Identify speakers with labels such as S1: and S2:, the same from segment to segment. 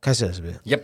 S1: 开始了是不是？
S2: Yep，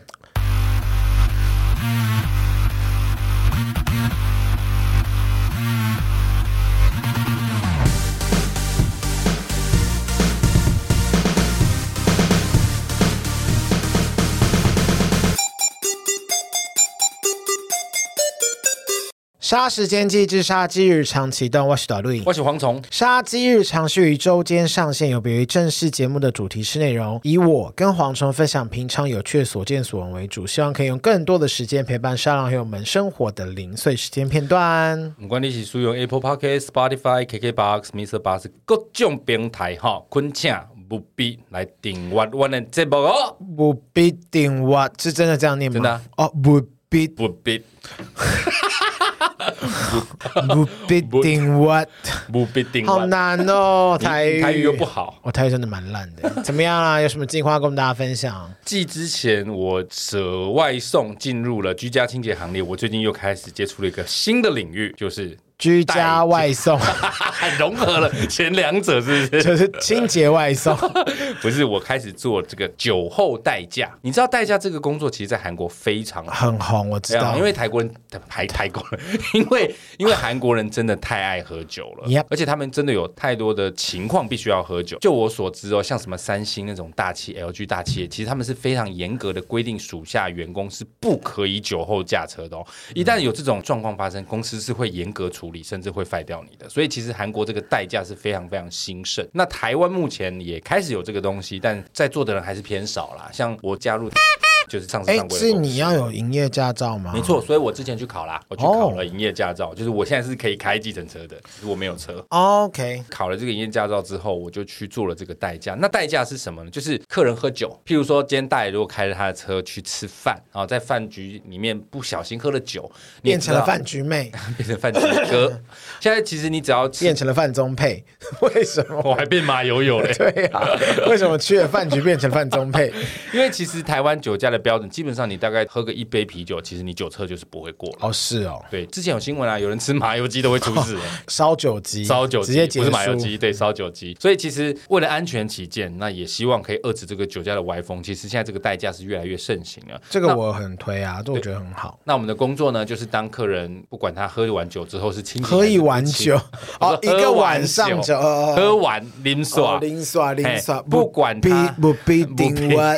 S1: 杀时间机制杀鸡日常启动，我是短录影。
S2: 我是蝗虫。
S1: 杀鸡日常是于周间上线，有别于正式节目的主题式内容，以我跟蝗虫分享平常有趣的所见所闻为主，希望可以用更多的时间陪伴沙浪朋友们生活的零碎时间片段。
S2: 不管你是使用 Apple Podcast、Spotify、KKBox、Mr. Bus 各种平台哈，恳请务必来订阅我的节目哦，
S1: 不必定我是真的这样念吗？
S2: 真的啊
S1: 哦，不 必
S2: 务必
S1: 不必定我，
S2: 务必订 阅。
S1: 好难哦，
S2: 你
S1: 台语哦
S2: 你台语又不好。
S1: 我台语真的蛮烂的。怎么样啊？有什么计划跟我们大家分享？
S2: 继之前我舍外送进入了居家清洁行列，我最近又开始接触了一个新的领域，就是
S1: 居家外送
S2: 融合了前两者，是 不 是？
S1: 就是清洁外送，
S2: 不是，我开始做这个酒后代驾。你知道代驾这个工作，其实在韩国非常
S1: 很红，我知
S2: 对啊
S1: 道。
S2: 因为泰国人排泰国人，因 为因为韩国人真的太爱喝酒了
S1: Yep
S2: 而且他们真的有太多的情况必须要喝酒。就我所知哦，像什么三星那种大企 LG 大企业，其实他们是非常严格的规定，属下员工是不可以酒后驾车的哦。一旦有这种状况发生，公司是会严格处理，甚至会废掉你的。所以其实韩国这个代驾是非常非常兴盛。那台湾目前也开始有这个东西，但在座的人还是偏少啦。像我加入。就是上次
S1: 哎
S2: 上，过的
S1: 是
S2: 公司
S1: 你要有营业驾照吗？
S2: 没，错，所以我之前去考啦，我去
S1: 哦
S2: 考了营业驾照，就是我现在是可以开计程车的，只是我没有车。
S1: 哦 OK，
S2: 考了这个营业驾照之后，我就去做了这个代驾。那代驾是什么呢？就是客人喝酒，譬如说今天大爷如果开着他的车去吃饭，然后在饭局里面不小心喝了酒，你也
S1: 变
S2: 知
S1: 成
S2: 道
S1: 了饭，局妹，
S2: 变成饭局哥。现在其实你只要吃
S1: 变，成了饭中配， 为什么？
S2: 我还变马友友嘞。
S1: 对啊， 为什么去了饭局变成饭中配？
S2: 因为其实台湾酒驾的标准，基本上你大概喝个一杯啤酒，其实你酒测就是不会过了。
S1: 哦，是哦，
S2: 对，之前有新闻啊，有人吃麻油鸡都会出事、欸。
S1: 烧酒鸡，
S2: 烧酒
S1: 直接结
S2: 鸡，不是
S1: 束。
S2: 麻油鸡，对，烧酒鸡。所以其实为了安全起见，那也希望可以遏制这个酒驾的歪风。其实现在这个代驾是越来越盛行了。
S1: 这个我很推啊，这我觉得很好。
S2: 那我们的工作呢，就是当客人不管他喝完酒之后是清醒
S1: 可以
S2: 还是不
S1: 玩
S2: 清
S1: 酒， 哦，一
S2: 我说喝
S1: 个
S2: 完
S1: 晚上
S2: 酒
S1: 就哦
S2: 喝完零耍
S1: 哦 零耍零耍，
S2: 嘿不管
S1: 必
S2: 他
S1: 不必
S2: 不
S1: 定我。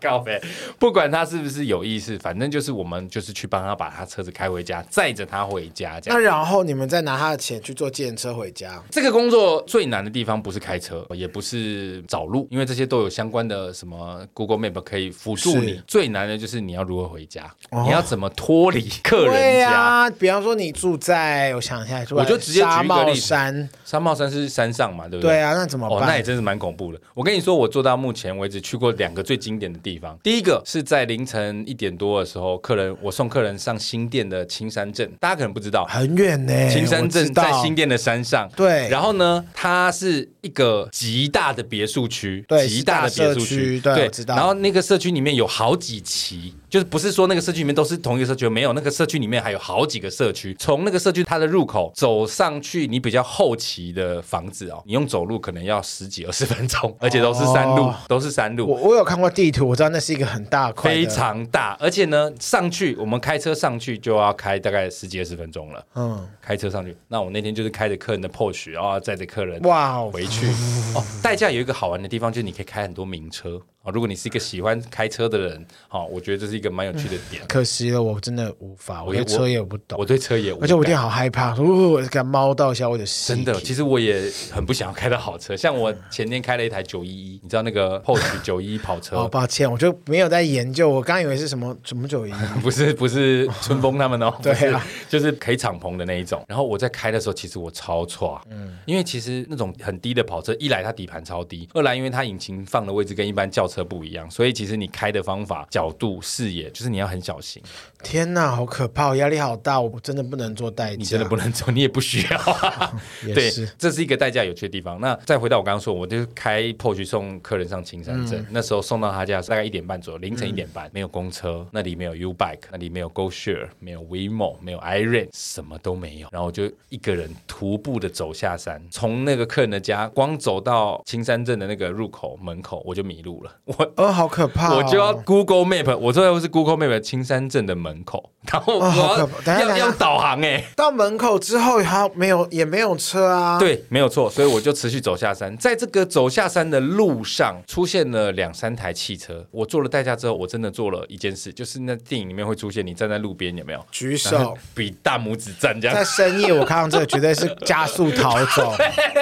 S2: 告白，不管他是不是有意识，反正就是我们就是去帮他把他车子开回家，载着他回家这样
S1: 那。然后你们再拿他的钱去坐计程车回家，
S2: 这个工作最难的地方不是开车，也不是找路，因为这些都有相关的什么 Google Map 可以辅助你
S1: 是。哦
S2: 最难的就是你要如何回家，你要怎么脱离客人
S1: 对
S2: 家。
S1: 啊，比方说你住在，我想一下，住在
S2: 我就直接举一个
S1: 沙帽
S2: 例子
S1: 山，
S2: 三帽山是山上嘛，对不对？
S1: 对啊，那怎么
S2: 哦，那也
S1: 办？
S2: 真是蛮恐怖的。我跟你说，我做到目前为止去过两个最经典的地方。第一个是在凌晨一点多的时候，客人我送客人上新店的青山镇，大家可能不知道，
S1: 很远呢，
S2: 青山
S1: 我
S2: 镇
S1: 知道
S2: 在新店的山上，
S1: 对
S2: 然后呢，它是一个极大的别墅区，
S1: 对
S2: 极大的别墅
S1: 是大社区对我知道
S2: 然后那个社区里面有好几期，就是不是说那个社区里面都是同一个社区，没有，那个社区里面还有好几个社区。从那个社区它的入口走上去，你比较后期的房子哦，你用走路可能要十几二十分钟，而且都是山路，
S1: 哦
S2: 都是山路。
S1: 我我有看过地图，我知道那是一个很大块的，
S2: 非常大，而且呢，上去我们开车上去就要开大概十几二十分钟了。
S1: 嗯，
S2: 开车上去。那我那天就是开着客人的 Porsche，然后载着客人
S1: 哇哦，
S2: 回去。哦，代驾有一个好玩的地方，就是你可以开很多名车啊、哦。如果你是一个喜欢开车的人，好、我觉得这是一个蛮有趣的点。
S1: 可惜了，我真的无法，我
S2: 也
S1: 对车也不懂
S2: 我，对车也无
S1: 而且我一定
S2: 感
S1: 好害怕，呜，我感猫到一下我的身
S2: 真的，其实我也很不想要开到好车。像我前天开了一台九一一，你知道那个 Porsche 九一跑车。
S1: 哦，抱歉，我就没有在研究，我刚以为是什么什么九一，
S2: 不是不是春风他们哦，
S1: 对
S2: 不是
S1: 啊
S2: 就是可以敞篷的那一种。然后我在开的时候，其实我超错，嗯，因为其实那种很低的跑车，一来它底盘超低，二来因为它引擎放的位置跟一般轿车不一样，所以其实你开的方法、角度、视野，就是你要很小心。
S1: 天哪，好可怕，我压力好大，我真的不能做代驾，
S2: 你真的不能走，你也不需要、啊。
S1: 也
S2: 对
S1: 是，
S2: 这是一个代驾有趣的地方。那再回到我刚刚说，我就是开 Porsche 送客人上青山镇，
S1: 嗯
S2: 那时候送到他家大概一点半左右，凌晨一点半，没有公车，那里没有 U Bike，那里没有 Go Share，没有 WeMo，没有 Iron，什么都没有。然后我就一个人徒步的走下山，从那个客人的家，光走到青山镇的那个入口门口，我就迷路了。 我
S1: 哦，好可怕、哦！
S2: 我就要 Google Map，我最后是 Google Map 青山镇的门口，然后
S1: 哦
S2: 我
S1: 好
S2: 要、
S1: 可怕等一下
S2: 要
S1: 等
S2: 要
S1: 一下
S2: 导航哎、
S1: 到门口之后，还没有也没有车啊。，
S2: 对，没有错，所以我就持续走下山。在这个走下山的路上，出现了两三台汽车。我做了代驾之后，我真的做了一件事，就是那电影里面会出现，你站在路边有没有？
S1: 举
S2: 然后
S1: 手。
S2: 比大拇指站这
S1: 在
S2: 样，
S1: 深夜，我看到这个绝对是加速逃走，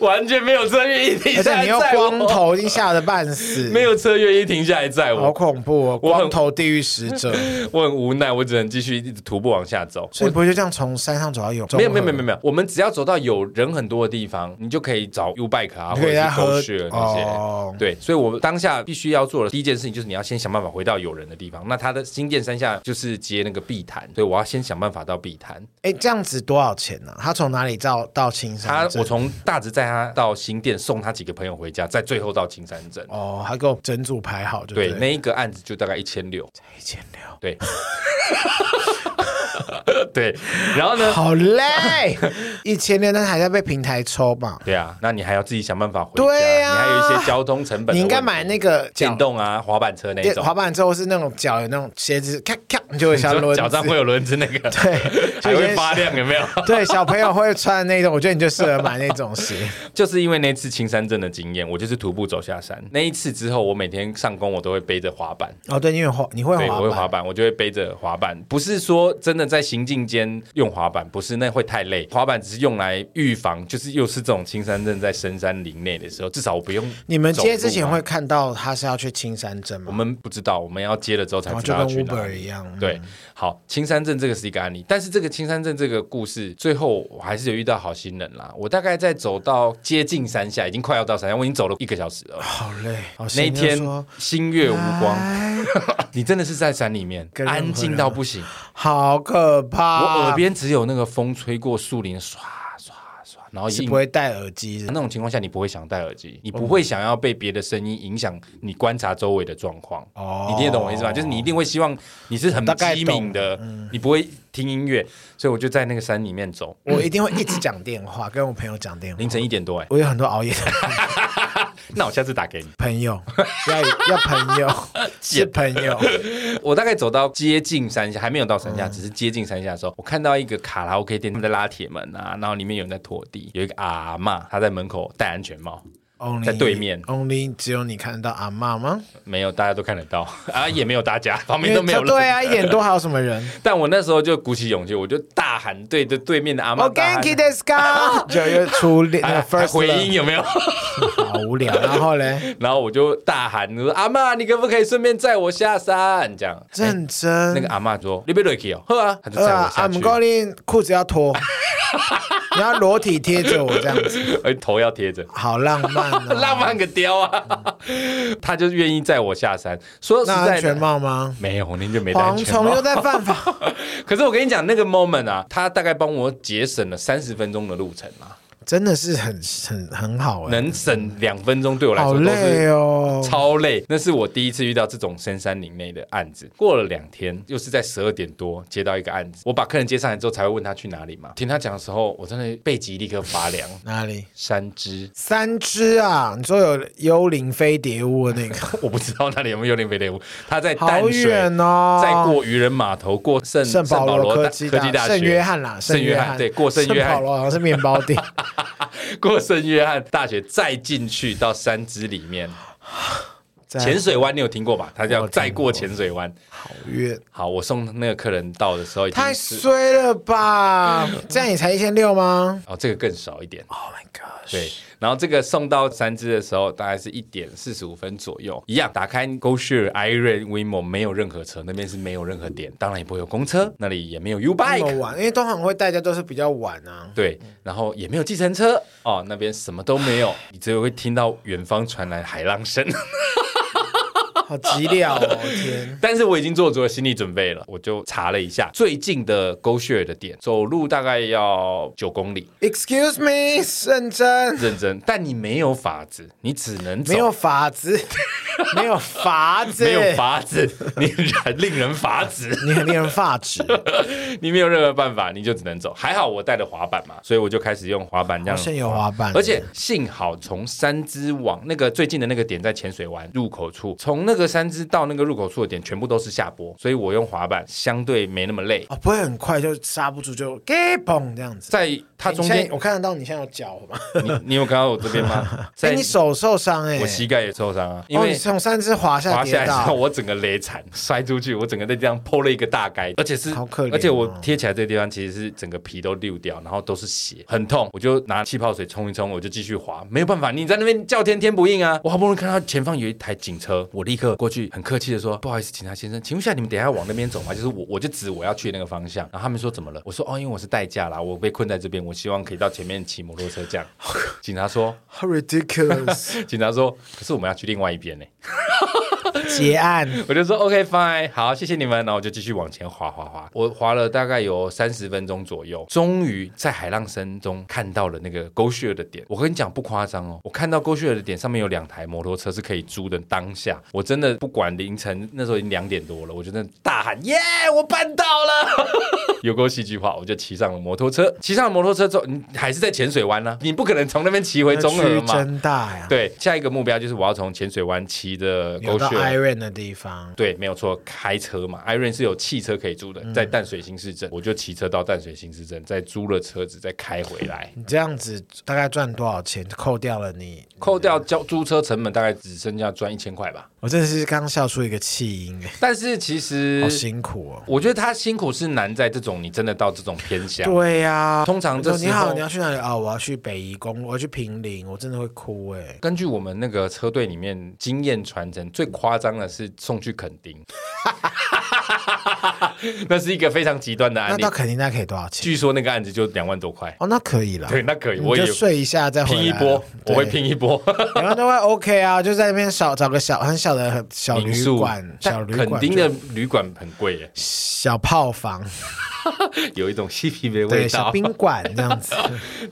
S2: 完全没有车愿意停
S1: 而
S2: 下
S1: 且
S2: 来
S1: 你又
S2: 载我
S1: 光，头，一定吓得半死，
S2: 没有车愿意停下来载
S1: 好
S2: 我，
S1: 恐怖哦！
S2: 我很
S1: 光头地狱使者，
S2: 我很无奈，我只能继续一直徒步往下走。
S1: 所以不会就这样从山上走到永？
S2: 没有没有没有没有
S1: 有，
S2: 没有，我们只要走到有人很多的地方，你就可以找 U bike 啊，或
S1: 你可以
S2: 者
S1: 在
S2: 是狗
S1: 喝
S2: 血那些。
S1: 哦。
S2: 对，所以我当下必须要做的第一件事情就是你要先想办法回到有人的地方。那他的新店山下就是接那个碧潭，所以我要先想办法到碧潭。
S1: 哎，这样子多少钱呢？他从哪里到到青
S2: 他
S1: 山镇？
S2: 我从大直载他到新店，送他几个朋友回家，再最后到青山镇。
S1: 哦，他给我整组排好，就
S2: 对，
S1: 了
S2: 那一个案子就大概一千六。
S1: 一千六，
S2: 对， 对，然后呢？
S1: 好 累，一千六，但是还在被平台抽嘛？
S2: 对啊，那你还要自己想办法回家，
S1: 对啊
S2: 你还有一些交通成本。
S1: 你应该买那个脚
S2: 电动啊、滑板车那一
S1: 电
S2: 种，
S1: 滑板之后是那种脚有那种鞋子，咔咔，你就会像轮
S2: 脚上
S1: 子。
S2: 会有轮子那个，
S1: 对， 就
S2: 还
S1: 有
S2: 会
S1: 些
S2: 发亮，有没有？
S1: 对，小朋友会穿那种，我觉得你就适合买那种鞋。
S2: 就是因为那次青山镇的经验，我就是徒步走下山。那一次之后，我每天上工我都会背着滑板，
S1: 哦，对，因为滑，你会
S2: 对，我会
S1: 滑
S2: 滑
S1: 板，
S2: 板，我就会背着滑板。不是说真的在行进间用滑板，不是那会太累。滑板只是用来预防，就是又是这种青山镇在深山林内的时候，至少我不用。
S1: 你们接之前
S2: 走路
S1: 会
S2: 嘛，
S1: 看到他是要去青山镇
S2: 我
S1: 吗？
S2: 们不知道，我们要接了之后才
S1: 然后
S2: 知
S1: 哦就
S2: 道
S1: 跟
S2: 要去哪
S1: Uber
S2: 里。
S1: 一样，
S2: 对，好，青山镇这个是一个案例，但是这个青山镇这个故事，最后我还是有遇到好心人啦。我大概在走到接近山下，已经快要到山下，我已经走了一个小时了。
S1: 好累。好
S2: 那
S1: 心就
S2: 天
S1: 说
S2: 星月无光，啊
S1: 哎
S2: 你真的是在山里面
S1: 跟任何啊
S2: 安静到不行，
S1: 好可
S2: 我
S1: 怕。
S2: 耳边只有那个风吹过树林，唰唰唰，然后
S1: 是
S2: 一
S1: 不会哦戴耳机的
S2: 那。种情况下，你不会想戴耳机，你不会想要被别的声音影响你观察周围的状况。
S1: 哦
S2: 你听得懂我意思吧？就是你一定会希望你是很
S1: 大概
S2: 机
S1: 懂嗯
S2: 敏的，你不会听音乐，所以我就在那个山里面走，
S1: 我一定会一直讲电话，跟我朋友讲电话
S2: 凌。晨一点多哎、
S1: 我有很多熬夜的
S2: 那我下次打给你。
S1: 朋友， 要要朋 友是朋友，
S2: 我大概走到接近山下，还没有到山
S1: 嗯
S2: 下，只是接近山下的时候，我看到一个卡拉 OK 店，他们在拉铁门啊，然后里面有人在拖地，有一个阿嬷，她在门口戴安全帽，
S1: Only
S2: 在对面
S1: ，Only 只有你看得到阿嬷吗？
S2: 没有，大家都看得到啊，也没有大家，旁
S1: 因
S2: 边
S1: 为
S2: 都没有人。
S1: 对啊，一点多还有什么 人
S2: 但我那时候就鼓起勇气，我就大喊对着对面的阿嬷
S1: ？Oh, Genki
S2: 大喊
S1: d e s k a 九月初恋那
S2: 还
S1: 个 first
S2: 还回哎
S1: love
S2: 音有没有？
S1: 好无聊。然后嘞，
S2: 然后我就大喊，我说阿嬷，你可不可以顺便载我下山？这样，哎
S1: 认真
S2: 那个阿嬷说你别落去哦，呵啊，他就
S1: 呃
S2: 载我
S1: 啊，
S2: 下
S1: 姆高
S2: 去，
S1: 林裤子要脱，你要裸体贴着我这样子，
S2: 而哎头要贴着。
S1: 好浪漫哦，
S2: 浪。漫个雕啊！ 他就愿意载我下山。说实
S1: 那
S2: 在
S1: 安全
S2: 的，
S1: 帽吗？
S2: 没有，那就没戴安
S1: 蝗
S2: 全
S1: 虫又
S2: 帽。
S1: 在犯法，
S2: 可是我跟你讲，那个 moment 啊，他大概帮我节省了三十分钟的路程啊，
S1: 真的是很很很好哎、
S2: 能省两分钟对我来
S1: 好
S2: 说都是
S1: 累哦。
S2: 超累，那是我第一次遇到这种深山林内的案子。过了两天，又是在十二点多接到一个案子，我把客人接上来之后才会问他去哪里嘛。听他讲的时候，我真的背脊立刻发凉。
S1: 哪里？
S2: 山只，
S1: 三只啊！你说有幽灵飞碟屋 的那个，
S2: 我不知道那里有没有幽灵飞猎物，他在
S1: 好
S2: 淡水。
S1: 远哦。
S2: 再过渔人码头，过圣
S1: 圣保罗科
S2: 科
S1: 技
S2: 科
S1: 大
S2: 技大学，
S1: 圣约翰啦，
S2: 圣约翰对，过圣约
S1: 保
S2: 翰，
S1: 罗好像是面包店，
S2: 过圣约翰大学，再进去到山之里面，
S1: 在
S2: 浅水湾你有听过吧？它
S1: 我
S2: 叫
S1: 听过
S2: 再过浅水湾。
S1: 好远。
S2: 好，我送那个客人到的时候已经
S1: 太
S2: 是
S1: 衰了吧！
S2: 嗯
S1: 这样也才一千六吗
S2: 哦，这个更少一点。
S1: ？Oh my god！
S2: 对，然后这个送到三只的时候，大概是一点四十五分左右，一样打开 GoShare、iRent、WeMo，没有任何车，那边是没有任何点，当然也不会有公车，那里也没有 U
S1: 这
S2: Bike，
S1: 么晚，因为通常会大家都是比较晚 啊。
S2: 对，然后也没有计程车哦， 那边什么都没有，你只有会听到远方传来海浪声。
S1: 好急了哦，天！
S2: 但是我已经做足了心理准备了，我就查了一下最近的 GoShare 的点，走路大概要九公里，
S1: Excuse me，认真，
S2: 认真。 但你没有法子，你只能走，
S1: 没有法子， 没有法子，
S2: 没有，法子， 你很令人法子。
S1: 你很令人发指，
S2: 你没有任何办法，你就只能走。还好我带了滑板嘛，所以我就开始用滑板这样
S1: 好像有滑板
S2: 而且幸好从三支往那个最近的那个点在浅水湾入口处，从那个三支到那个入口处的点全部都是下坡，所以我用滑板相对没那么累。
S1: 哦，不会很快就刹不住就 g 嘣这样子。
S2: 在它中
S1: 你现
S2: 间
S1: 在，我看得到哎你现在有脚吗？
S2: 你你有看到我这边 吗？
S1: 哎、
S2: 在
S1: 你手受伤哎、
S2: 我膝盖也受伤啊，因
S1: 哦，
S2: 为
S1: 你从三只滑下
S2: 滑
S1: 跌
S2: 下来之后，
S1: 倒，
S2: 我整个累惨，摔出去，我整个在地上剖了一个大开，而且是
S1: 好可怜哦
S2: 而且我贴起来这个地方其实是整个皮都溜掉，然后都是血，很痛。我就拿气泡水冲一冲，我就继续滑，没有办法，你在那边叫天天不应啊！我好不容易看到前方有一台警车，我立刻过去，很客气的说：“不好意思，警察先生，请问一下你们等一下往那边走吗？”就是我我就指我要去的那个方向，然后他们说怎么了？我说：“哦，因为我是代驾啦，我被困在这边，我希望可以到前面骑摩托车这样。”警察说
S1: 好 ridiculous，：“
S2: 警察说，可是我们要去另外一边呢、
S1: 结案。
S2: 我就说 OK fine，好，谢谢你们，然后我就继续往前滑滑滑，我滑了大概有三十分钟左右，终于在海浪声中看到了那个 g o s h a r 的点。我跟你讲不夸张哦，我看到 g o s h a r 的点上面有两台摩托车是可以租的，当下我真的不管凌晨那时候已经两点多了，我就真的大喊耶我办到了， 有够戏剧化，我就骑上了摩托车，骑上了摩托车之后，你还是在浅水湾呢、啊你不可能从那边骑回中和
S1: 区
S2: 嘛。
S1: 真大呀，
S2: 对，下一个目标就是我要从浅水湾骑的 g
S1: 有
S2: o s
S1: 到
S2: h a r
S1: Iron 的地方，
S2: 对，没有错，开车嘛，Iron 是有汽车可以租
S1: 嗯
S2: 的，在淡水新市镇，我就骑车到淡水新市镇，再租了车子，再开回来，
S1: 你这样子大概赚多少钱？扣掉了你，
S2: 扣掉交租车成本，大概只剩下赚一千块吧。
S1: 我真的是刚笑出一个气音，哎
S2: 但是其实
S1: 好，辛苦哦。
S2: 我觉得他辛苦是难在这种你真的到这种偏乡，
S1: 对呀、
S2: 啊通常这
S1: 我说
S2: 时
S1: 你好，
S2: 候
S1: 你要去哪里啊、哦我要去北宜公路，我要去平林，我真的会哭哎、
S2: 根据我们那个车队里面经验传承，最夸张的是送去垦丁， 那是一个非常极端的案
S1: 那
S2: 例
S1: 到。肯定那可以多少钱？
S2: 据说那个案子就两万多块，
S1: 哦，那可以啦。
S2: 对，那可以，
S1: 你
S2: 我也
S1: 就睡一下再回来啊
S2: 拼一波，我会，拼一波。
S1: 对然后都会 OK 啊，就在那边少找个小很小的小
S2: 民
S1: 旅
S2: 宿
S1: 馆，小
S2: 但
S1: 旅
S2: 垦
S1: 馆
S2: 丁
S1: 就
S2: 的旅馆很贵耶，
S1: 小炮房，
S2: 有一种嬉皮的味
S1: 对，小
S2: 道。
S1: 宾馆这样 子。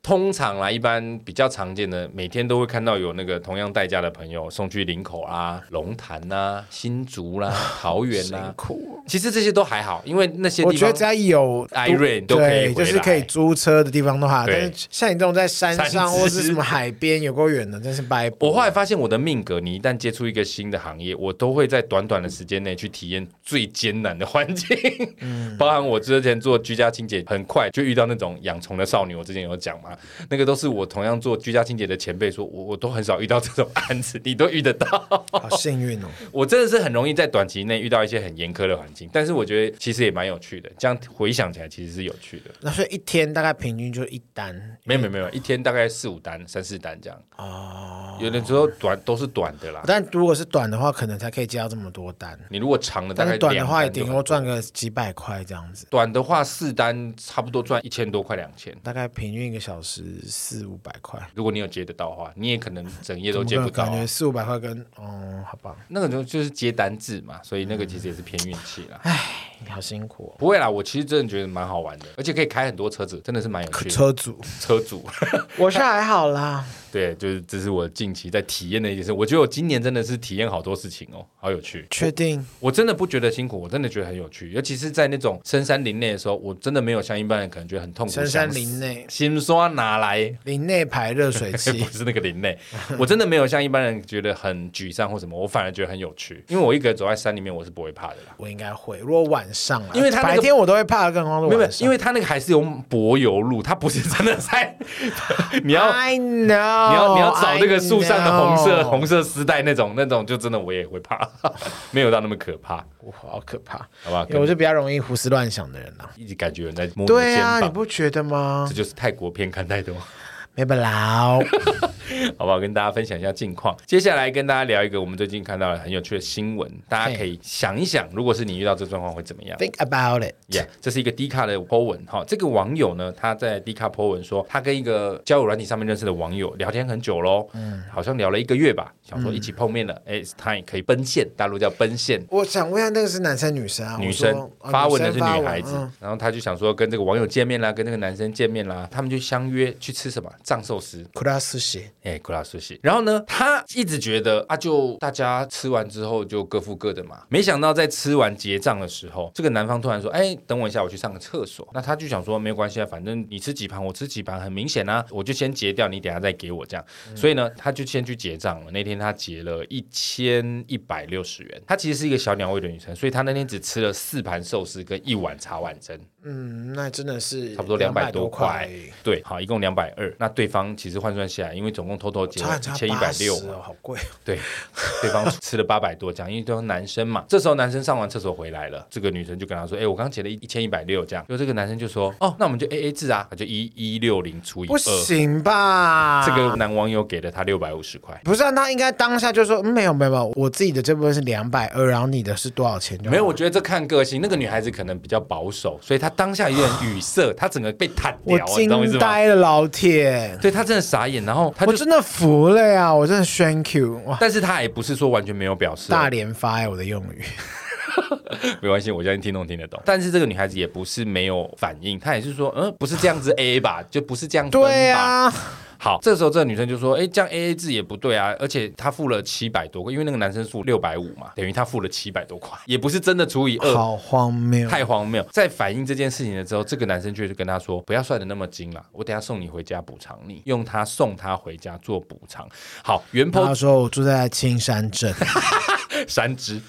S2: 通常啦，一般比较常见的，每天都会看到有那个同样代驾的朋友送去林口啊、龙潭啊、新竹啦、桃园啦、
S1: 苦。
S2: 其实这些都还好，因为那些
S1: 我
S2: 地
S1: 觉
S2: 方
S1: 得只要有
S2: Iron 都可
S1: 对，
S2: 以回
S1: 就
S2: 来
S1: 是可以租车的地方的话，但
S2: 对
S1: 是像你这种在山
S2: 山
S1: 上
S2: 区
S1: 或是什么海边有够远的，真是白
S2: 我后
S1: 博。
S2: 来发现我的命格，你一旦接触一个新的行业，我都会在短短的时间内去体验最艰难的环境， 包含我之前做居家清洁，很快就遇到那种养虫的少女，我之前有讲嘛，那个都是我同样做居家清洁的前辈说，我我都很少遇到这种案子，你都遇得到，
S1: 好幸运哦！
S2: 我真的是很容易在短期内遇到一些很严苛的环境，但是我觉得其实也蛮有趣的，这样回想起来其实是有趣的。
S1: 那所以一天大概平均就一单
S2: 没有没有没有，一天大概四五单、三四单这样。哦，有的时候短都是短的啦。
S1: 但如果是短的话，可能才可以接到这么多单。
S2: 你如果长的大
S1: 但
S2: 概
S1: 是短的
S2: 两
S1: 话，
S2: 单就
S1: 顶
S2: 很
S1: 多赚个几百块这样子，
S2: 短的话四单差不多赚一千多块两千。
S1: 大概平均一个小时四五百块。
S2: 如果你有接得到的话，你也可能整夜都
S1: 我
S2: 接不到
S1: 感
S2: 啊、
S1: 觉四五百块跟哦，好吧，
S2: 那个就就是接单制嘛，所以那个其实也是偏运气啦。
S1: 好辛苦、 哦
S2: 不会啦，我其实真的觉得蛮好玩的，而且可以开很多车子，真的是蛮有
S1: 哦。
S2: 趣的。
S1: 车主，
S2: 车主，
S1: 我是还好啦。
S2: 对，就是这是我近期在体验的一件事。我觉得我今年真的是体验好多事情哦，好有趣。
S1: 确定
S2: 我真的不觉得辛苦，我真的觉得很有趣，尤其是在那种深山林内的时候，我真的没有像一般人可能觉得很痛苦。
S1: 深山
S2: 想死
S1: 林内
S2: 心酸拿来
S1: 林内排热水 器
S2: 不，是那个林内，我真的没有像一般人觉得很沮丧或什么，我反而觉得很有趣，因为我一个人走在山里面，我是不会怕的啦。
S1: 我应该会。如果晚上啦，
S2: 因为它那个
S1: 白天我都会怕，更何况
S2: 没
S1: 是
S2: 有
S1: 晚，上。
S2: 因为他那个还是有柏油路，他不是真的 在，你要
S1: I
S2: 你
S1: know，
S2: 要你要找那个树上的红色
S1: I know
S2: 红色丝带那种那种，就真的我也会怕， 没有到那么可怕，
S1: 我好可怕。
S2: 好吧
S1: 因？为我是比较容易胡思乱想的人啦。啊
S2: 一直感觉有人在摸你的
S1: 对啊，
S2: 肩
S1: 你
S2: 膀，
S1: 不觉得吗
S2: 这？就是泰国片看太多，
S1: 没本劳。
S2: 好不好？跟大家分享一下近况。接下来跟大家聊一个我们最近看到的很有趣的新闻，大家可以想一想，如果是你遇到这状况会怎么样？
S1: Think about it。
S2: Yeah，这是一个 D 卡的 po 文哈、这个网友呢，他在 D 卡 po 文说，他跟一个交友软体上面认识的网友聊天很久喽，嗯，好像聊了一个月吧，想
S1: 嗯
S2: 说一起碰面了，哎、it's time 可以奔现，大陆叫奔现。
S1: 我想问一下，那个是男生女生啊？
S2: 女
S1: 哦我说
S2: 生
S1: 哦
S2: 发文的
S1: 女
S2: 是
S1: 生
S2: 女
S1: 发文
S2: 孩子，
S1: 嗯
S2: 然后他就想说跟这个网友见面啦，跟那个男生见面啦，他们就相约去吃什么藏寿司，
S1: 库拉斯西，
S2: 哎，库拉苏西。然后呢，他一直觉得啊，就大家吃完之后就各付各的嘛。没想到在吃完结账的时候，这个男方突然说：“哎，等我一下，我去上个厕所。”那他就想说，没有关系啊，反正你吃几盘，我吃几盘，很明显啊，我就先结掉，你等下再给我这样。所以呢，他就先去结账了。那天他结了一千一百六十元。她其实是一个小鸟胃的女生，所以她那天只吃了四盘寿司跟一碗茶碗蒸。
S1: 嗯，那真的是
S2: 差不多两
S1: 百
S2: 百多
S1: 块
S2: 块，，对，好，一共两百二。那对方其实换算下来，因为总共偷偷结
S1: 差
S2: 了
S1: 很
S2: 一
S1: 差
S2: 千一百六
S1: 80哦，好贵。
S2: 对，对方吃了八百多这样，因为对方男生嘛。这时候男生上完厕所回来了，这个女生就跟他说：“哎、我刚结了一千一百六这样。”就这个男生就说：“哦，那我们就 A A 制啊，就一一六零除以
S1: 不
S2: 二。
S1: 行啊吧？”
S2: 这个男网友给了他六百五十块。
S1: 不是啊，那应该当下就说、嗯没有没有没有，我自己的这部分是两百二，然后你的是多少钱就好？
S2: 没有，我觉得这看个性。那个女孩子可能比较保守，所以她当下有点语塞，她整个 被坦
S1: 我
S2: 掉，啊你
S1: 惊
S2: 知道我意思吗？
S1: 呆了，老铁，
S2: 对她真的傻眼，然后她
S1: 我
S2: 就，
S1: 真的服了呀！我真的 thank you，哇，
S2: 但是她也不是说完全没有表示哦，
S1: 大连发呀，我的用语。
S2: 没关系，我相信听众听得懂。但是这个女孩子也不是没有反应，她也是说，嗯，不是这样子 A 吧，就不是这样分吧。
S1: 对啊呀、
S2: 好，这时候这个女生就说，哎，这样 A A 制也不对啊，而且她付了七百多块，因为那个男生付六百五嘛，等于她付了七百多块，也不是真的除以二。
S1: 好荒谬。
S2: 太荒谬！在反映这件事情了之后，这个男生就跟她说：“不要算的那么精了，我等下送你回家补偿你，用他送她回家做补偿。”好，原 po
S1: 他说我住在青山 镇，
S2: 三只，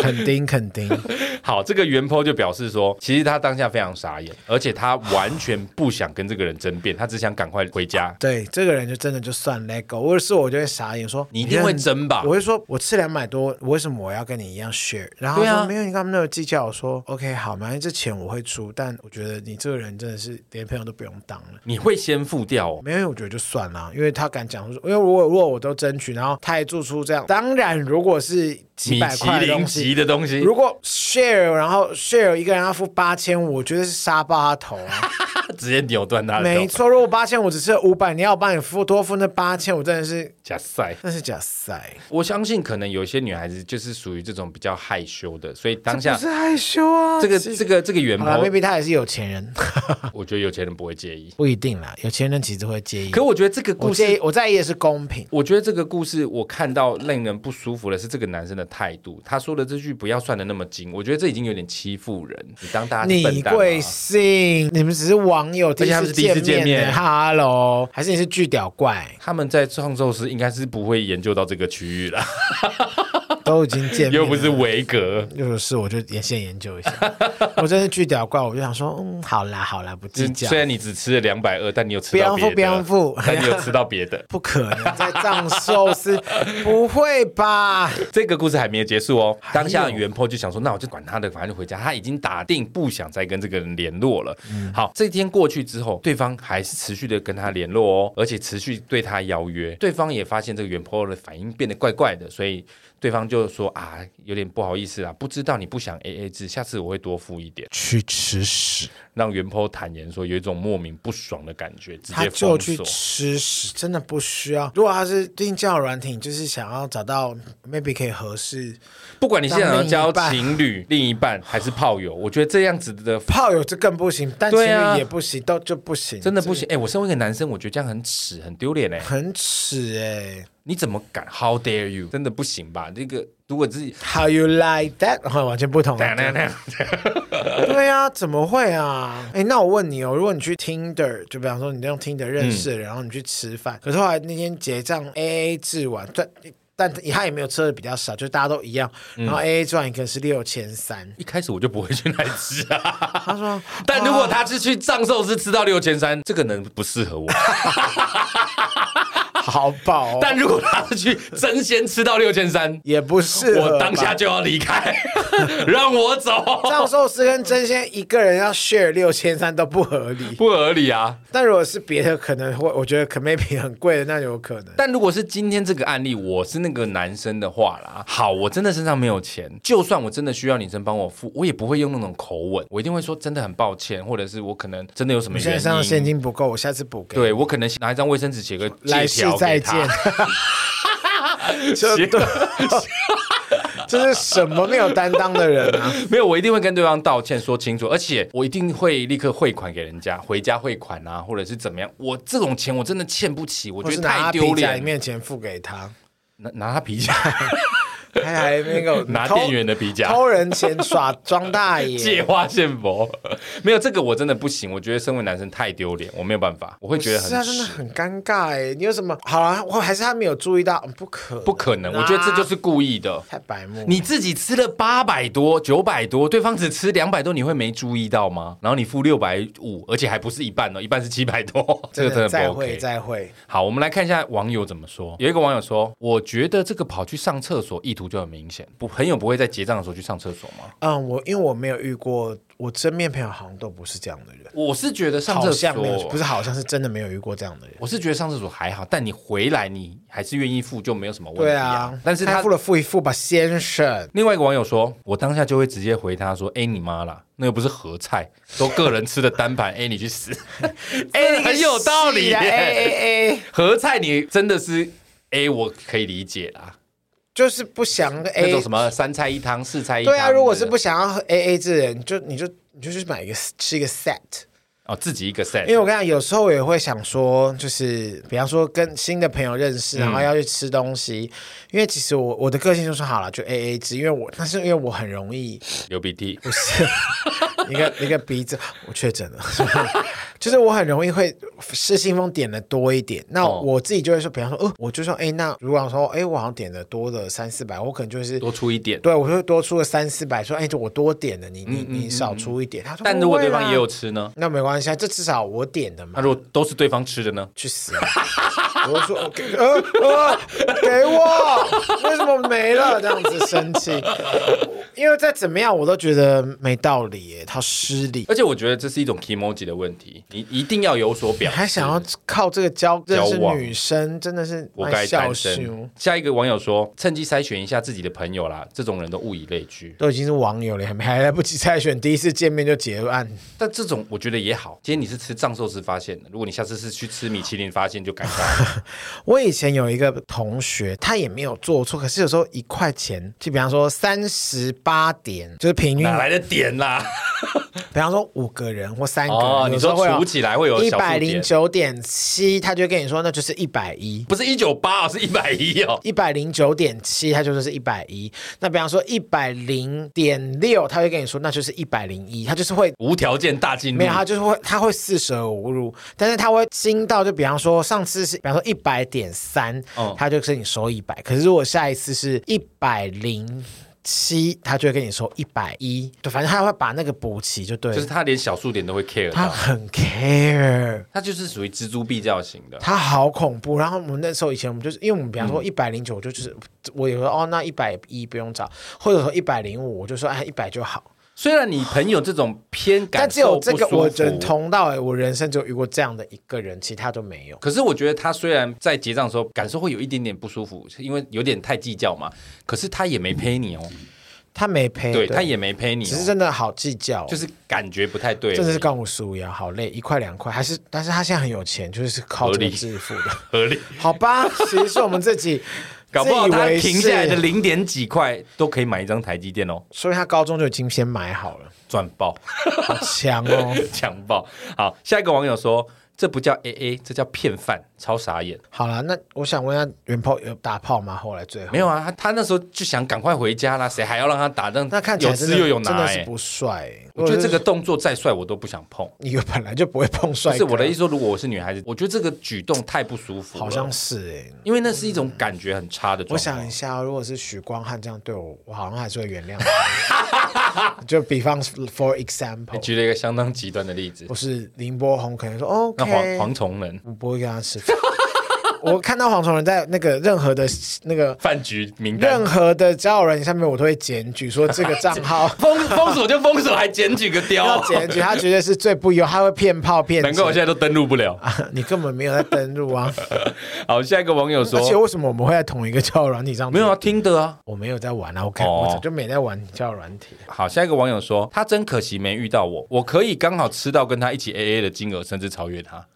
S1: 肯定肯定，
S2: 好，这个原 po 就表示说，其实他当下非常傻眼，而且他完全不想跟这个人争辩，他只想赶快回家。
S1: 对这个人就真的就算 let go。或者是我就会傻眼说，
S2: 你一定会
S1: 认
S2: 争吧
S1: 我？会说，我吃两百多，为什么我要跟你一样 share？然后他
S2: 对啊
S1: 说没有，你干嘛那么计较？我说 OK，好，反正这钱我会出，但我觉得你这个人真的是连朋友都不用当了。
S2: 你会先付掉哦。
S1: 没有，我觉得就算了，因为他敢讲说，因为如果如果我都争取，然后他也做出这样，当然如果是几
S2: 米
S1: 百
S2: 其
S1: 块的
S2: 林
S1: 东西，
S2: 级的东西，
S1: 如果 share，然后 share 一个人要付八千，我觉得是杀爆他头 啊！
S2: 直接扭断他的
S1: 没
S2: 头。
S1: 错，如果八千我只是五百，你要我帮你付多付那八千，我真的是
S2: 假赛，
S1: 那是假塞，
S2: 我相信可能有些女孩子就是属于这种比较害羞的，所以当
S1: 不
S2: 下
S1: 是害羞啊。
S2: 这个这个这个原
S1: 好了
S2: po，
S1: ，maybe 他也是有钱人，
S2: 我觉得有钱人不会介意。
S1: 不一定啦，有钱人其实会介意。
S2: 可我觉得这个
S1: 我
S2: 故
S1: 介
S2: 事
S1: 意，我在意的是公平。
S2: 我觉得这个故事我看到令人不舒服的是这个男生的态度，他说的这句“不要算的那么精”，我觉得这已经有点欺负人。你当大家是笨
S1: 你
S2: 蛋吗啊
S1: 贵姓？你们只是网友，第
S2: 且他们是第一次见面
S1: 面的。Hello，还是你是巨屌 怪？
S2: 他们在创寿司应该是不会研究到这个区域啦，
S1: 都已经见面了，
S2: 又不是维格。
S1: 又有事，我就也先研究一下。 我真是巨屌怪，我就想说，嗯，好啦好啦，不计较
S2: 虽。然你只吃了两百二，但你有吃
S1: 不
S2: 到
S1: 要付，
S2: 别的，
S1: 不要付，
S2: 但你有吃到别
S1: 。
S2: 的
S1: 不可能在藏寿司，不会吧？
S2: 这个故事还没有结束哦。
S1: 有
S2: 当下袁坡就想说，那我就管他的，反正就回家。他已经打定不想再跟这个人联络了。
S1: 嗯
S2: 好，这天过去之后，对方还是持续的跟他联络哦，而且持续对他邀约。对方也发现这个袁坡的反应变得怪怪的，所以对方就说啊，有点不好意思啦，不知道你不想 A A 制，下次我会多付一点。
S1: 去吃屎，
S2: 让袁坡坦言说有一种莫名不爽的感觉，直
S1: 他
S2: 接
S1: 就
S2: 封
S1: 去
S2: 锁。
S1: 吃屎，真的不需要。如果他是定教软体，就是想要找到 maybe 可以合适
S2: 不管你现在想要交
S1: 当
S2: 情侣、另一半还是炮友，我觉得这样子的
S1: 炮友，这更不行，但情
S2: 对啊
S1: 侣也不行，都就不行，
S2: 真的不行。哎、我身为一个男生，我觉得这样很耻、很丢脸哎
S1: 这。很耻哎、
S2: 你怎么敢？How dare you？真的不行吧？这个如果自己
S1: How you like that？然后完全不 同
S2: 那那
S1: 了。
S2: 那，
S1: 对啊，怎么会啊？哎，那我问你哦，如果你去 Tinder，就比方说你用 Tinder 认识的
S2: 嗯
S1: 人，然后你去吃饭，可是后来那天结账 A A 制完，但但他也没有吃的比较少，就大家都一样，
S2: 嗯
S1: 然后 A A 赚一个是六千三。
S2: 一开始我就不会去那里吃 啊。
S1: 他说，
S2: 但如果 他是去藏寿司吃到六千三，这个人不适合我。
S1: 好饱、哦，
S2: 但如果他是去真鲜吃到六千三，
S1: 也不是
S2: 我当下就要离 开，让我走，
S1: 藏寿司跟真鲜一个人要 share 六千三都不合理。
S2: 不合理啊！
S1: 但如果是别的，可能会我觉得可 maybe 很贵的，那有可能。
S2: 但如果是今天这个案例，我是那个男生的话啦，好，我真的身上没有钱，就算我真的需要女生帮我付，我也不会用那种口吻，我一定会说真的很抱歉，或者是我可能真的有什么
S1: 我现在
S2: 原
S1: 身上现
S2: 因，
S1: 金不够，我下次补给。，
S2: 对我可能拿一张卫生纸写个借
S1: 来世
S2: 条
S1: 再
S2: 给
S1: 见
S2: 他。。
S1: 就 对，这是什么没有担当的人啊？
S2: 没有，我一定会跟对方道歉，说清楚，而且我一定会立刻汇款给人家，回家汇款啊，或者是怎么样。我这种钱我真的欠不起， 我
S1: 我
S2: 觉
S1: 是
S2: 得
S1: 拿
S2: 太
S1: 他
S2: 丢
S1: 皮夹
S2: 脸
S1: 里。面钱付给他，
S2: 拿拿他皮夹，
S1: 还还那个
S2: 拿
S1: 偷
S2: 店员的皮夹。
S1: 偷人钱耍装大
S2: 借
S1: 爷。
S2: 花献佛， 没有这个我真的不行，我觉得身为男生太丢脸，我没有办法，我会觉得
S1: 是啊，
S2: 很
S1: 真的
S2: 耻，
S1: 很尴尬哎！你有什么好啊？我还是他没有注意到，嗯不可
S2: 不可能，我觉得这就是故意的。
S1: 太白目。
S2: 你自己吃了八百多、九百多，对方只吃两百多，你会没注意到吗？然后你付六百五，而且还不是一半哦，一半是七百多， 这
S1: 真
S2: 个
S1: 的
S2: 真的
S1: 再
S2: 不
S1: 会
S2: OK。
S1: 再会，
S2: 好，我们来看一下网友怎么说。有一个网友说：“我觉得这个跑去上厕所意图就很明显，不朋友不会在结账的时候去上厕所吗？
S1: 嗯，我因为我没有遇过，我身边朋友好像都不是这样的人，
S2: 我是觉得上
S1: 好
S2: 厕
S1: 像没有，
S2: 所
S1: 不是好像是真的没有遇过这样的人。
S2: 我是觉得上厕所还好，但你回来你还是愿意付，就没有什么问
S1: 对
S2: 题
S1: 啊，
S2: 但是
S1: 他
S2: 他
S1: 付了付一付吧，先生。
S2: 另外一个网友说，我当下就会直接回他说：“哎、你妈啦，那又不是合菜，都个人吃的单盘，哎、你 去死！ 哎、你很有道理
S1: 是
S2: 耶。
S1: 啊哎哎哎，
S2: 合菜你真的是，哎、我可以理解啦。
S1: 就是不想
S2: 那
S1: A
S2: 种什么三菜一汤、四菜一汤，
S1: 哎对啊，如果是不想要 A A 制的人，你就你就你就去买一个吃一个 set。
S2: 哦自己一个
S1: 因为
S2: set，
S1: 我跟你讲，有时候我也会想说，就是比方说跟新的朋友认识，
S2: 嗯
S1: 然后要去吃东西，因为其实我我的个性就是好了，就 A A 制，因为我但是因为我很容易
S2: 流鼻涕，
S1: 不是一个一个鼻子，我确诊了， 就是我很容易会失心疯点的多一点。那
S2: 哦
S1: 我自己就会说，比方说，哦、我就说，哎，那如果说，哎，我好像点的多了三四百，我可能就是
S2: 多出一点。
S1: 对，我啊就多出了三四百，说，哎，我多点了，你
S2: 嗯
S1: 你你少出一点。他说，
S2: 但如果对
S1: 不会
S2: 方
S1: 啦
S2: 也有，吃呢？
S1: 那没关系啊，这至少我点的
S2: 那
S1: 嘛，
S2: 如果都是对方吃的呢？
S1: 去死啊！ 我就说，我给呃呃，给我，为什么没了？这样子生气，因为再怎么样我都觉得没道理耶，他失礼。
S2: 而且我觉得这是一种 emoji 的问题，你一定要有所表
S1: 你
S2: 示。
S1: 还想要靠这个交认识
S2: 交往
S1: 女生，真的是
S2: 哎我
S1: 蛮
S2: 该
S1: 孝
S2: 单身
S1: 心。。
S2: 下一个网友说，趁机筛选一下自己的朋友啦，这种人都物以类聚。
S1: 都已经是网友了，还没还来不及筛选，第一次见面就结案，
S2: 但这种我觉得也好。今天你是吃藏寿司发现的，如果你下次是去吃米其林发现就尴尬 了。
S1: 我以前有一个同学，他也没有做错，可是有时候一块钱，就比方说三十八点，就是平均，
S2: 哪来的点啦？
S1: 比方说五个人或三个人，
S2: 哦，你
S1: 有时
S2: 说
S1: 候会
S2: 除起来会有
S1: 一
S2: 小
S1: 百
S2: 数
S1: 零
S2: 点，
S1: 九点七，他就跟你说那就是一百一。
S2: 不是一九八哦，是一百一哦。
S1: 一百零九点七，他就说是一百一。那比方说一百零点六，他会跟你说那就是一百零一，他就是会
S2: 无条件大进入
S1: 没有，他就是会他会四舍五入，但是他会精到，就比方说上次是比方说一百点三
S2: 嗯，
S1: 他就跟你收一百，可是如果下一次是一百零。七，他就会跟你收一百一，对，反正他会把那个补齐就对了。
S2: 就是他连小数点都会 care
S1: 他
S2: 到，
S1: 很 care，
S2: 他就是属于锱铢必较型的。
S1: 他好恐怖。然后我们那时候以前我们就是，因为我们比
S2: 嗯
S1: 方说一百零九，我就就是我有时候哦，那一百一不用找，或者说一百零五，我就说哎一百就好。
S2: 虽然你朋友这种偏
S1: 但
S2: 感
S1: 只有
S2: 受
S1: 这个
S2: 不
S1: 我
S2: 舒服
S1: 忍痛到、欸，我人生只有遇过这样的一个人，其他都没有。
S2: 可是我觉得他虽然在结账的时候感受会有一点点不舒服，因为有点太计较嘛。可是他也没赔你哦，
S1: 他没赔，
S2: 对他也没赔你、
S1: 只是
S2: 哦，
S1: 真的好计较哦，
S2: 就是感觉不太对而已，
S1: 真的是杠五十五呀，好累，一块两块，还是但是他现在很有钱，就是靠这
S2: 合
S1: 个
S2: 理
S1: 致富的，
S2: 合理。
S1: 好吧？其实是我们自己
S2: 搞不好
S1: 自以
S2: 他
S1: 为
S2: 停下来的
S1: 是，
S2: 零点几块都可以买一张台积电哦，
S1: 所以他高中就已经先买好了，
S2: 赚爆
S1: 好强哦。
S2: 强爆。好，下一个网友说，这不叫 A A，这叫骗饭，超傻眼。
S1: 好了，那我想问一下，原炮有打炮吗？后来最后
S2: 没有啊，他他那时候就想赶快回家啦，谁还要让他打？那
S1: 那看起
S2: 有
S1: 来真的
S2: 吃又有
S1: 真
S2: 拿、
S1: 的
S2: 欸，
S1: 是不帅、欸。
S2: 我觉得
S1: 如
S2: 这
S1: 果
S2: 个
S1: 是
S2: 动作再帅我都不想碰。
S1: 你本来就不会碰
S2: 不
S1: 帅
S2: 是
S1: 哥，
S2: 我的意思，说，如果我是女孩子，我觉得这个举动太不舒服
S1: 呃
S2: 了，
S1: 好像是哎、欸。
S2: 因为那是一种感觉很差的
S1: 我
S2: 状况。
S1: 想一下哦，如果是许光汉这样对我，我好像还是会原谅他。 就比方 for
S2: 你
S1: example，
S2: 举了一个相当极端的例子
S1: 我，是林柏宏，可能说 OK，
S2: 那黄黄崇仁
S1: 我不会跟他吃饭。 我看到黄崇仁在那个任何的那 个
S2: 饭局名单
S1: 任何的交友软件上面，我都会检举说这个账 号
S2: 封封锁就封锁，还检举个
S1: 要
S2: 雕，
S1: 检举，他绝对是最不优，他会骗炮骗
S2: 难怪我
S1: 钱
S2: 现在都登录不了。
S1: 啊！ 你根本没有在登录啊！
S2: 好，下一个网友
S1: 而且
S2: 说
S1: 为什么我们会在同一个交友软体上？
S2: 没有啊，，听的啊。
S1: 我没有在玩啊，我看、
S2: 哦
S1: 我早就没在玩交友软体。
S2: 好，下一个网友说他真可惜没遇到我，我可以刚好吃到跟他一起 A A 的金额，甚至超越他，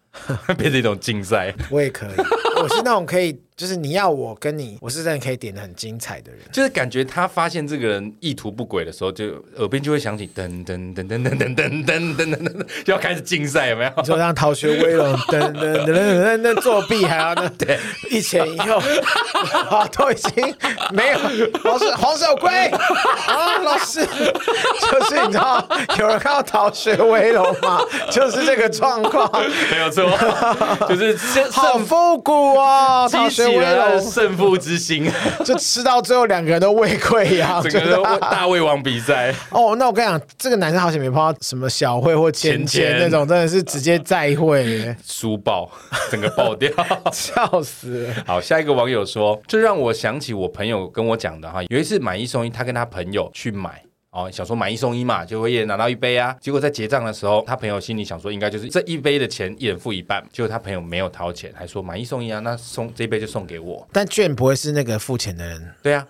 S2: 变成一种竞赛。
S1: 我也 可以，我是那种可以，就是你要我跟你，我是真的可以点的很精彩的人。
S2: 就是感觉他发现这个人意图不轨的时候，就耳边就会响起噔噔噔噔噔噔噔噔噔噔噔，就要开始竞赛，有没有？
S1: 你说让逃学威龙噔噔噔噔噔噔作弊，还要那
S2: 对
S1: 一前一后，啊，都已经没有老师黄守圭啊，老师就是你知道有人看到逃学威龙嘛，就是这个状 况，
S2: 没有错，就是胜
S1: 好
S2: 胜
S1: 复古哦，逃
S2: 激
S1: 学
S2: 起
S1: 威
S2: 了他的
S1: 龙
S2: 胜负之心，
S1: 就吃到最后两个人都胃溃疡，
S2: 整
S1: 就
S2: 个
S1: 是
S2: 都大胃王比赛。
S1: 哦，那我跟你讲，这个男生好险没碰到什么小慧或芊
S2: 芊
S1: 芊
S2: 芊
S1: 那种，真的是直接再会 耶，
S2: 书爆，整个 爆掉。
S1: 笑死了。
S2: 好，下一个网友说，这让我想起我朋友跟我讲的哈，有一次买一送一，他跟他朋友去买。哦，想说买一送一嘛，就会一人拿到一杯啊。结果在结账的时候，他朋友心里想说，应该就是这一杯的钱一人付一半。结果他朋友没有掏钱，还说买一送一啊，那送这一杯就送给我。
S1: 但券不会是那个付钱的人。
S2: 对啊，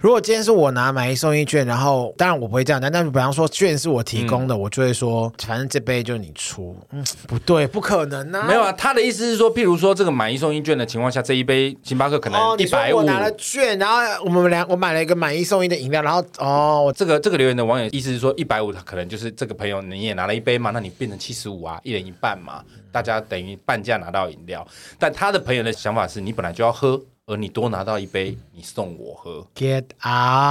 S1: 如果今天是我拿买一送一券，然后当然我不会这样，但但比方说券是我提供
S2: 嗯
S1: 的，我就会说，反正这杯就你出。嗯，不对，不可能啊，
S2: 没有啊。他的意思是说，譬如说这个买一送一券的情况下，这一杯星巴克可
S1: 哦
S2: 能，
S1: 你
S2: 一
S1: 说
S2: 百五
S1: 我。拿了券，然后我们俩我买了一个买一送一的饮料，然后哦，我
S2: 这个这个留言的网友意思是说，一百五可能就是这个朋友你也拿了一杯嘛，那你变成七十五啊，一人一半嘛，大家等于半价拿到饮料。但他的朋友的想法是你本来就要喝，而你多拿到一杯，你送我喝，
S1: get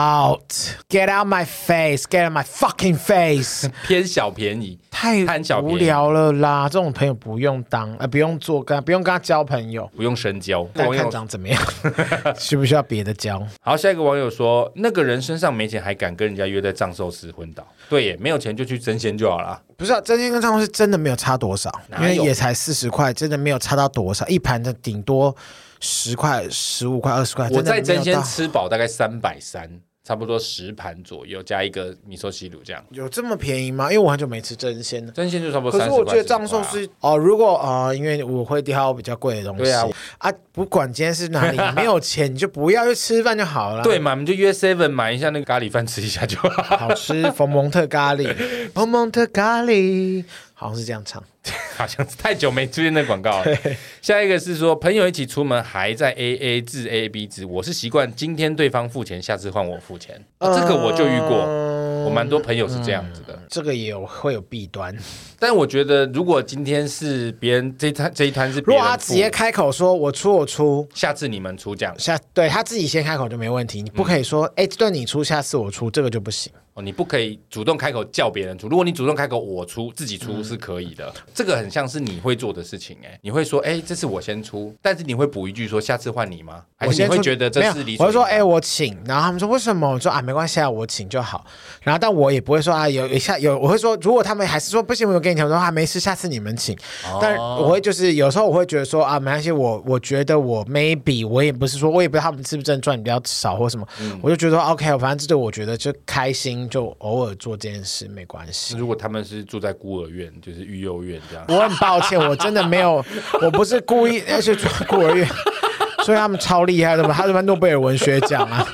S1: out，get out my face，get out my fucking face。
S2: 偏小便宜。
S1: 太
S2: 贪小便宜
S1: 无聊了啦！这种朋友不用当，呃，不用做跟他，不用跟他交朋友。
S2: 不用深交。
S1: 但
S2: 网
S1: 看
S2: 友
S1: 长怎么样， 需不需要别的交？
S2: 好，下一个网友说，那个人身上没钱还敢跟人家约在藏寿司昏倒，对耶，没有钱就去争鲜就好了。
S1: 不是、啊，真心跟账户是真的没有差多少，因
S2: 哪有
S1: 为也才四十块，真的没有差到多少，一盘的顶多十块、十五块、二十块。
S2: 我
S1: 啊真的没有
S2: 在争鲜
S1: 到
S2: 吃饱大概三百三，差不多十盘左右，加一个米寿西卤这样，
S1: 有这么便宜吗？因为我很久没吃真鲜了。
S2: 争鲜就差不多
S1: 可
S2: 三
S1: 是
S2: 十。
S1: 我觉得藏寿
S2: 40块啊
S1: 司哦，如果啊、呃因为我会挑比较贵的东西，
S2: 对啊
S1: 啊，不管今天是哪里，你没有钱你就不要去吃饭就好了。
S2: 对嘛，我们就约 Seven 买一下那个咖喱饭吃一下就好。
S1: 好吃冯蒙特咖 喱，冯蒙特咖喱，好像是这样唱。
S2: 好像是太久没出现那广告了。下一个是说朋友一起出门还在 A A 制 A B 制，我是习惯今天对方付钱，下次换我付钱、啊这个我就遇过。
S1: 嗯
S2: 我蛮多朋友是这样子的，
S1: 这个也有会有弊端。
S2: 但我觉得如果今天是别人这一摊这一摊是
S1: 如果
S2: 别人
S1: 他
S2: 付
S1: 直接开口说“我出我出
S2: 下次你们出这样”，
S1: 下对他自己先开口就没问题，你不可以说
S2: 嗯
S1: “哎、这顿你出，下次我出”，这个就不行。
S2: 哦，你不可以主动开口叫别人出。如果你主动开口我出，自己
S1: 嗯
S2: 出是可以的。这个很像是你会做的事情、哎，你会说，哎、这次我先出，但是你会补一句说，下次换你吗？还
S1: 我
S2: 是
S1: 先
S2: 你会
S1: 出
S2: 觉得这
S1: 没有
S2: 是理所
S1: 我就说
S2: 应当
S1: 哎、我请，然后他们说为什么？我说啊没关系啊，我请就好。然后但我也不会说啊有有下有，我会说如果他们还是说不行，我有跟你讲，我说啊没事，下次你们请。
S2: 哦
S1: 但我会就是有时候我会觉得说啊没关系，我我觉得我 maybe 我也不是说我也不知道他们是不是真的赚比较少或什么，
S2: 嗯
S1: 我就觉得说 OK，反正这对我觉得就开心，就偶尔做这件事没关系。
S2: 如果他们是住在孤儿院，就是育幼院这样，
S1: 我很抱歉，我真的没有，我不是故意，而且孤儿院，所以他们超厉害的嘛，他什么诺贝尔文学奖啊，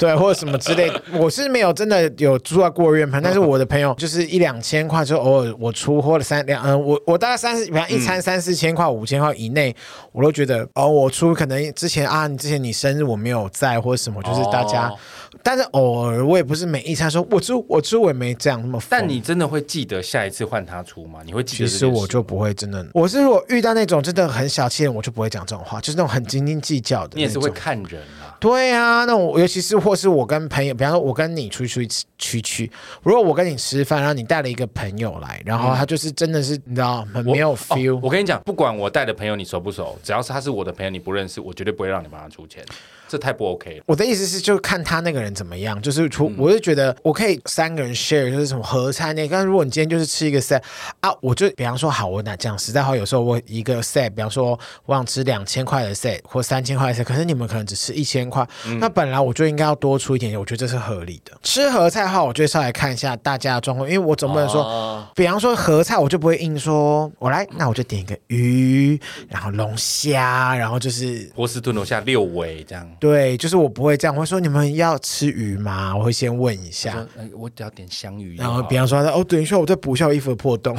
S1: 对，或者什么之类，我是没有真的有住在孤儿院旁，但是我的朋友就是一两千块，就偶尔我出或者三两，嗯，我我大概三四，比方一
S2: 嗯
S1: 餐三四千块、五千块以内，我都觉得哦，我出可能之前啊，你之前你生日我没有在或者什么，就是大家，
S2: 哦
S1: 但是偶尔我也不是每一餐说我出我出，我也没这样那么疯。
S2: 但你真的会记得下一次换他出吗？你会记
S1: 其
S2: 得这件事？
S1: 实我就不会真的，我是如果遇到那种真的很小气的人，我就不会讲这种话，就是那种很斤斤计较的
S2: 你
S1: 那
S2: 也
S1: 种。
S2: 是会看人啊。
S1: 对啊，那种尤其是或是我跟朋友，比方说我跟你出去吃去去，如果我跟你吃饭，然后你带了一个朋友来，然后他就是真的是你知道很
S2: 我
S1: 没有
S2: 哦
S1: feel，、
S2: 我跟你讲，不管我带的朋友你熟不熟，只要是他是我的朋友你不认识，我绝对不会让你帮他出钱。这太不 OK 了。
S1: 我的意思是，就看他那个人怎么样。就是除，我就觉得我可以三个人 share，就是什么合餐那。但如果你今天就是吃一个 set 啊，我就比方说，好，我拿讲实在话，有时候我一个 set，比方说我想吃两千块的 set 或三千块的 set，可是你们可能只吃一千块，那本来我就应该要多出一点，我觉得这是合理的。吃合菜的话，我就会稍微看一下大家的状况，因为我总不能说，
S2: 哦
S1: 比方说合菜，我就不会硬说，我来，那我就点一个鱼，然后龙虾，然后就是
S2: 波士顿楼下六尾这样，
S1: 对，就是我不会这样，我会说你们要吃鱼吗？我会先问一下，
S2: 说啊哎我只要点香鱼
S1: 啊
S2: 就
S1: 然
S2: 好，
S1: 后比方说他哦，等一下我再补一下我衣服的破洞，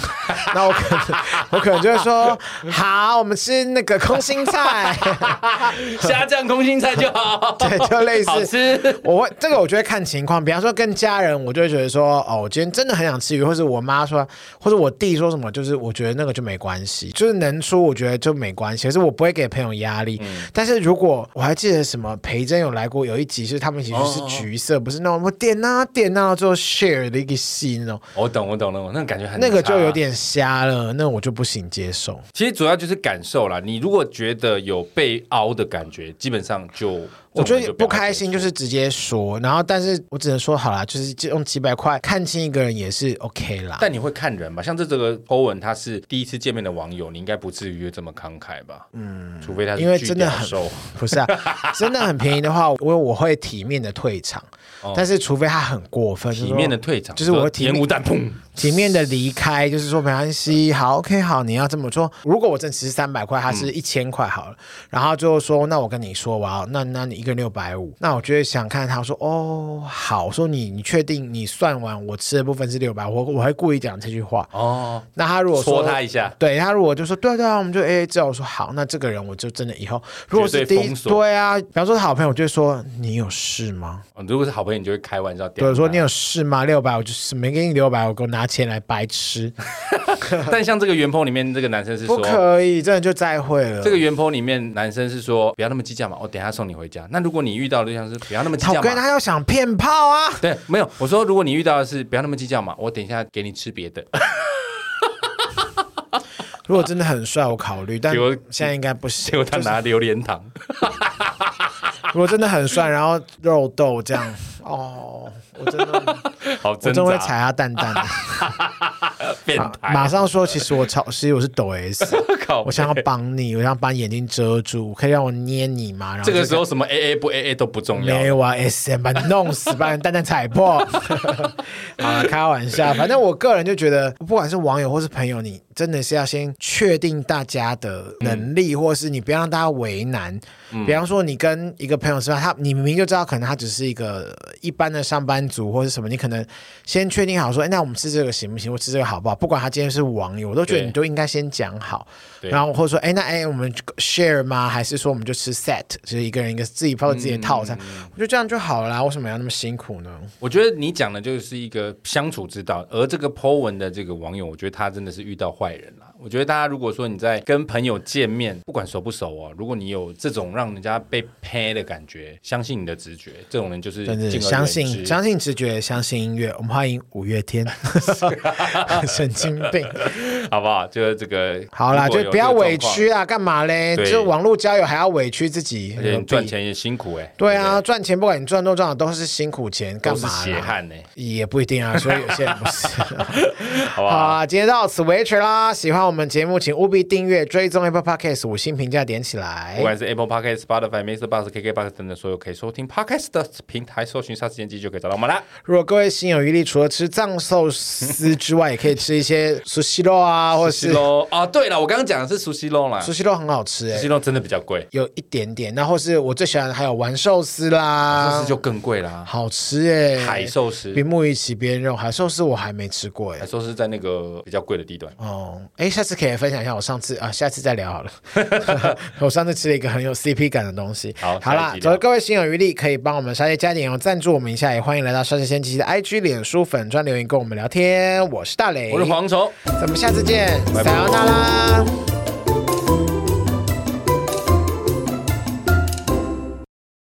S1: 那我可能我可能就会 说好，我们吃那个空心菜，，
S2: 虾酱空心菜就好
S1: 对，就类
S2: 好
S1: 似。
S2: 吃。
S1: 我会这个，我就会看情况。比方说跟家人，我就会觉得说，哦，我今天真的很想吃鱼，或是我妈说，或者我弟说什么，就是我觉得那个就没关系，就是能出，我觉得就没关系。可是我不会给朋友压力。
S2: 嗯
S1: 但是如果我还记得什么，培珍有来过有一集是他们一起去吃
S2: 哦哦哦
S1: 橘色，不是那种我点啊点啊，最后 share 的一个戏那种，
S2: 我懂，我懂了，我那个感觉很
S1: 那个
S2: 差
S1: 就有。点瞎了，那我就不行接受。
S2: 其实主要就是感受啦。你如果觉得有被凹的感觉，基本上就
S1: 我觉
S2: 这种人
S1: 得
S2: 就
S1: 不
S2: 要
S1: 开心
S2: 接触
S1: 就是直接说，然后但是我只能说好啦，就是用几百块看清一个人也是 OK 啦。
S2: 但你会看人吧？像这这个 Po 文，他是第一次见面的网友，你应该不至于这么慷慨吧？嗯，除非他是
S1: 因为
S2: 巨
S1: 真的
S2: 屌
S1: 很
S2: 瘦，
S1: 不 是啊，真的很便宜的话，我我会体面的退场，但是除非他很过分，就是
S2: 哦体
S1: 说
S2: 面的退场，
S1: 就是我
S2: 说
S1: 体
S2: 烟
S1: 面
S2: 雾弹砰，
S1: 体面的离开，就是说没关系，好，OK，好，你要这么做。如果我真的只是三百块，他
S2: 嗯
S1: 是一千块好了，然后最后说，那我跟你说，哇，那那你一个六百五，那我就会想看他说，哦，好，我说你你确定你算完我吃的部分是六百，我我会故意讲这句话。
S2: 哦，
S1: 那他如果说
S2: 戳他一下，
S1: 对他如果就说对啊对啊，我们就 A A 制啊。我说好，那这个人我就真的以后如果是第
S2: 绝对
S1: 一
S2: 封锁
S1: 对啊，比方说是好朋友，我就会说你有事吗？
S2: 哦如果是好朋友，你就会开玩笑
S1: 对，
S2: 点他。
S1: 我说你有事吗？六百，我就是没给你六百，我给我拿钱来白吃，
S2: 但像这个原 po 里面，这个男生是
S1: 不
S2: 说。
S1: 可以，真的就再会了。
S2: 这个原 po 里面，男生是说不要那么计较嘛，我、等一下送你回家。那如果你遇到的对象是不要那么计
S1: 好
S2: 较
S1: 跟
S2: 嘛，
S1: 他要想骗炮啊，
S2: 对，没有，我说如果你遇到的是不要那么计较嘛，我等一下给你吃别的。
S1: 如果真的很帅，我考虑，但
S2: 结果
S1: 现在应该不
S2: 结
S1: 行。
S2: 果他拿榴莲糖，
S1: 如果真的很帅，然后肉豆这样，哦，我真的
S2: 好
S1: 我
S2: 挣
S1: 真的会
S2: 扎，
S1: 踩他蛋蛋 的，
S2: 变
S1: 马
S2: 态，
S1: 马上说，其实我超，其实我是抖 S。
S2: 靠
S1: 我想要帮你，我想把眼睛遮住，可以让我捏你吗？然后
S2: 这个时
S1: 候
S2: 候什么 A A 不 A A 都不重要
S1: 没，有啊，S M 把你弄死，把你蛋蛋踩 破。好了，啊开玩笑，反正我个人就觉得，不管是网友或是朋友，你真的是要先确定大家的能力，或是你不要让大家为难。
S2: 嗯
S1: 比方说，你跟一个朋友吃饭，他你明明就知道可能他只是一个一般的上班族或是什么，你可能先确定好说，哎，那我们吃这个行不行？我吃这个好不好？不管他今天是网友，我都觉得
S2: 对
S1: 你都应该先讲好。
S2: 对
S1: 然后或者说，哎，那哎，我们 share 吗？还是说我们就吃 set，就是一个人一个自己泡自
S2: 嗯
S1: 己的套餐？我觉得这样就好了啦，为什么要那么辛苦呢？
S2: 我觉得你讲的就是一个相处之道，而这个 Po 文的这个网友，我觉得他真的是遇到坏人啦。我觉得大家如果说你在跟朋友见面，不管熟不熟哦，如果你有这种让人家被拍的感觉，相信你的直觉，这种人就是
S1: 真的
S2: 敬而
S1: 相
S2: 远
S1: 信
S2: 之
S1: 相信直觉，相信音乐。我们欢迎五月天，神经病。
S2: 好不好？就是这个
S1: 好啦，
S2: 如果
S1: 就
S2: 有
S1: 不要
S2: 这个状
S1: 委
S2: 况
S1: 屈啦，干嘛嘞？
S2: 对
S1: 就网络交友还要委屈自己，
S2: 而且
S1: 何
S2: 你
S1: 必
S2: 赚。钱也辛苦哎、
S1: 对啊，赚钱不管你赚多赚少都是辛苦钱，
S2: 对
S1: 干
S2: 不对，
S1: 嘛
S2: 都
S1: 啦
S2: 是血汗呢、欸，
S1: 也不一定啊，所以有些人不 是。
S2: 好不
S1: 好
S2: 好？
S1: 啊，今天到此为止啦！喜欢我们节目，请务必订阅、追踪 Apple Podcast 五星评价点起来
S2: 不。管是 Apple Podcast、Spotify、Mr. Box、KKBox 等等所有可以收听 Podcast 的平台，搜寻“杀时间机”就可以找到我们啦。
S1: 如果各位心有余力，除了吃藏寿司之外，也可以吃一些熟西肉啊，或者
S2: 熟悉
S1: 是
S2: 肉啊，对了，我刚刚讲的是熟悉肉啦，
S1: 熟
S2: 熟
S1: 西肉很好吃哎、
S2: 悉肉真的比较贵，
S1: 有一点点。那或是我最喜欢的还有玩寿司啦，
S2: 寿司就更贵啦。
S1: 好吃哎、
S2: 海寿司
S1: 啊比，木鱼鳍边肉海寿司我还没吃过哎、
S2: 海寿司在那个比较贵的地段。
S1: 哦，哎，下次可以分享一下我上次啊，下次再聊 好了。我上次吃了一个很有 CP 感的东西。
S2: 好
S1: 好啦
S2: 下一，集
S1: 走
S2: 聊
S1: 了各位心有余力，可以帮我们沙姐加点油，赞助我们一下，也欢迎来到沙姐先奇的 IG、脸书粉专留言跟我们聊天。我是大雷，
S2: 我是蝗虫。
S1: 咱们下次见，
S2: 拜拜
S1: 撒由那啦。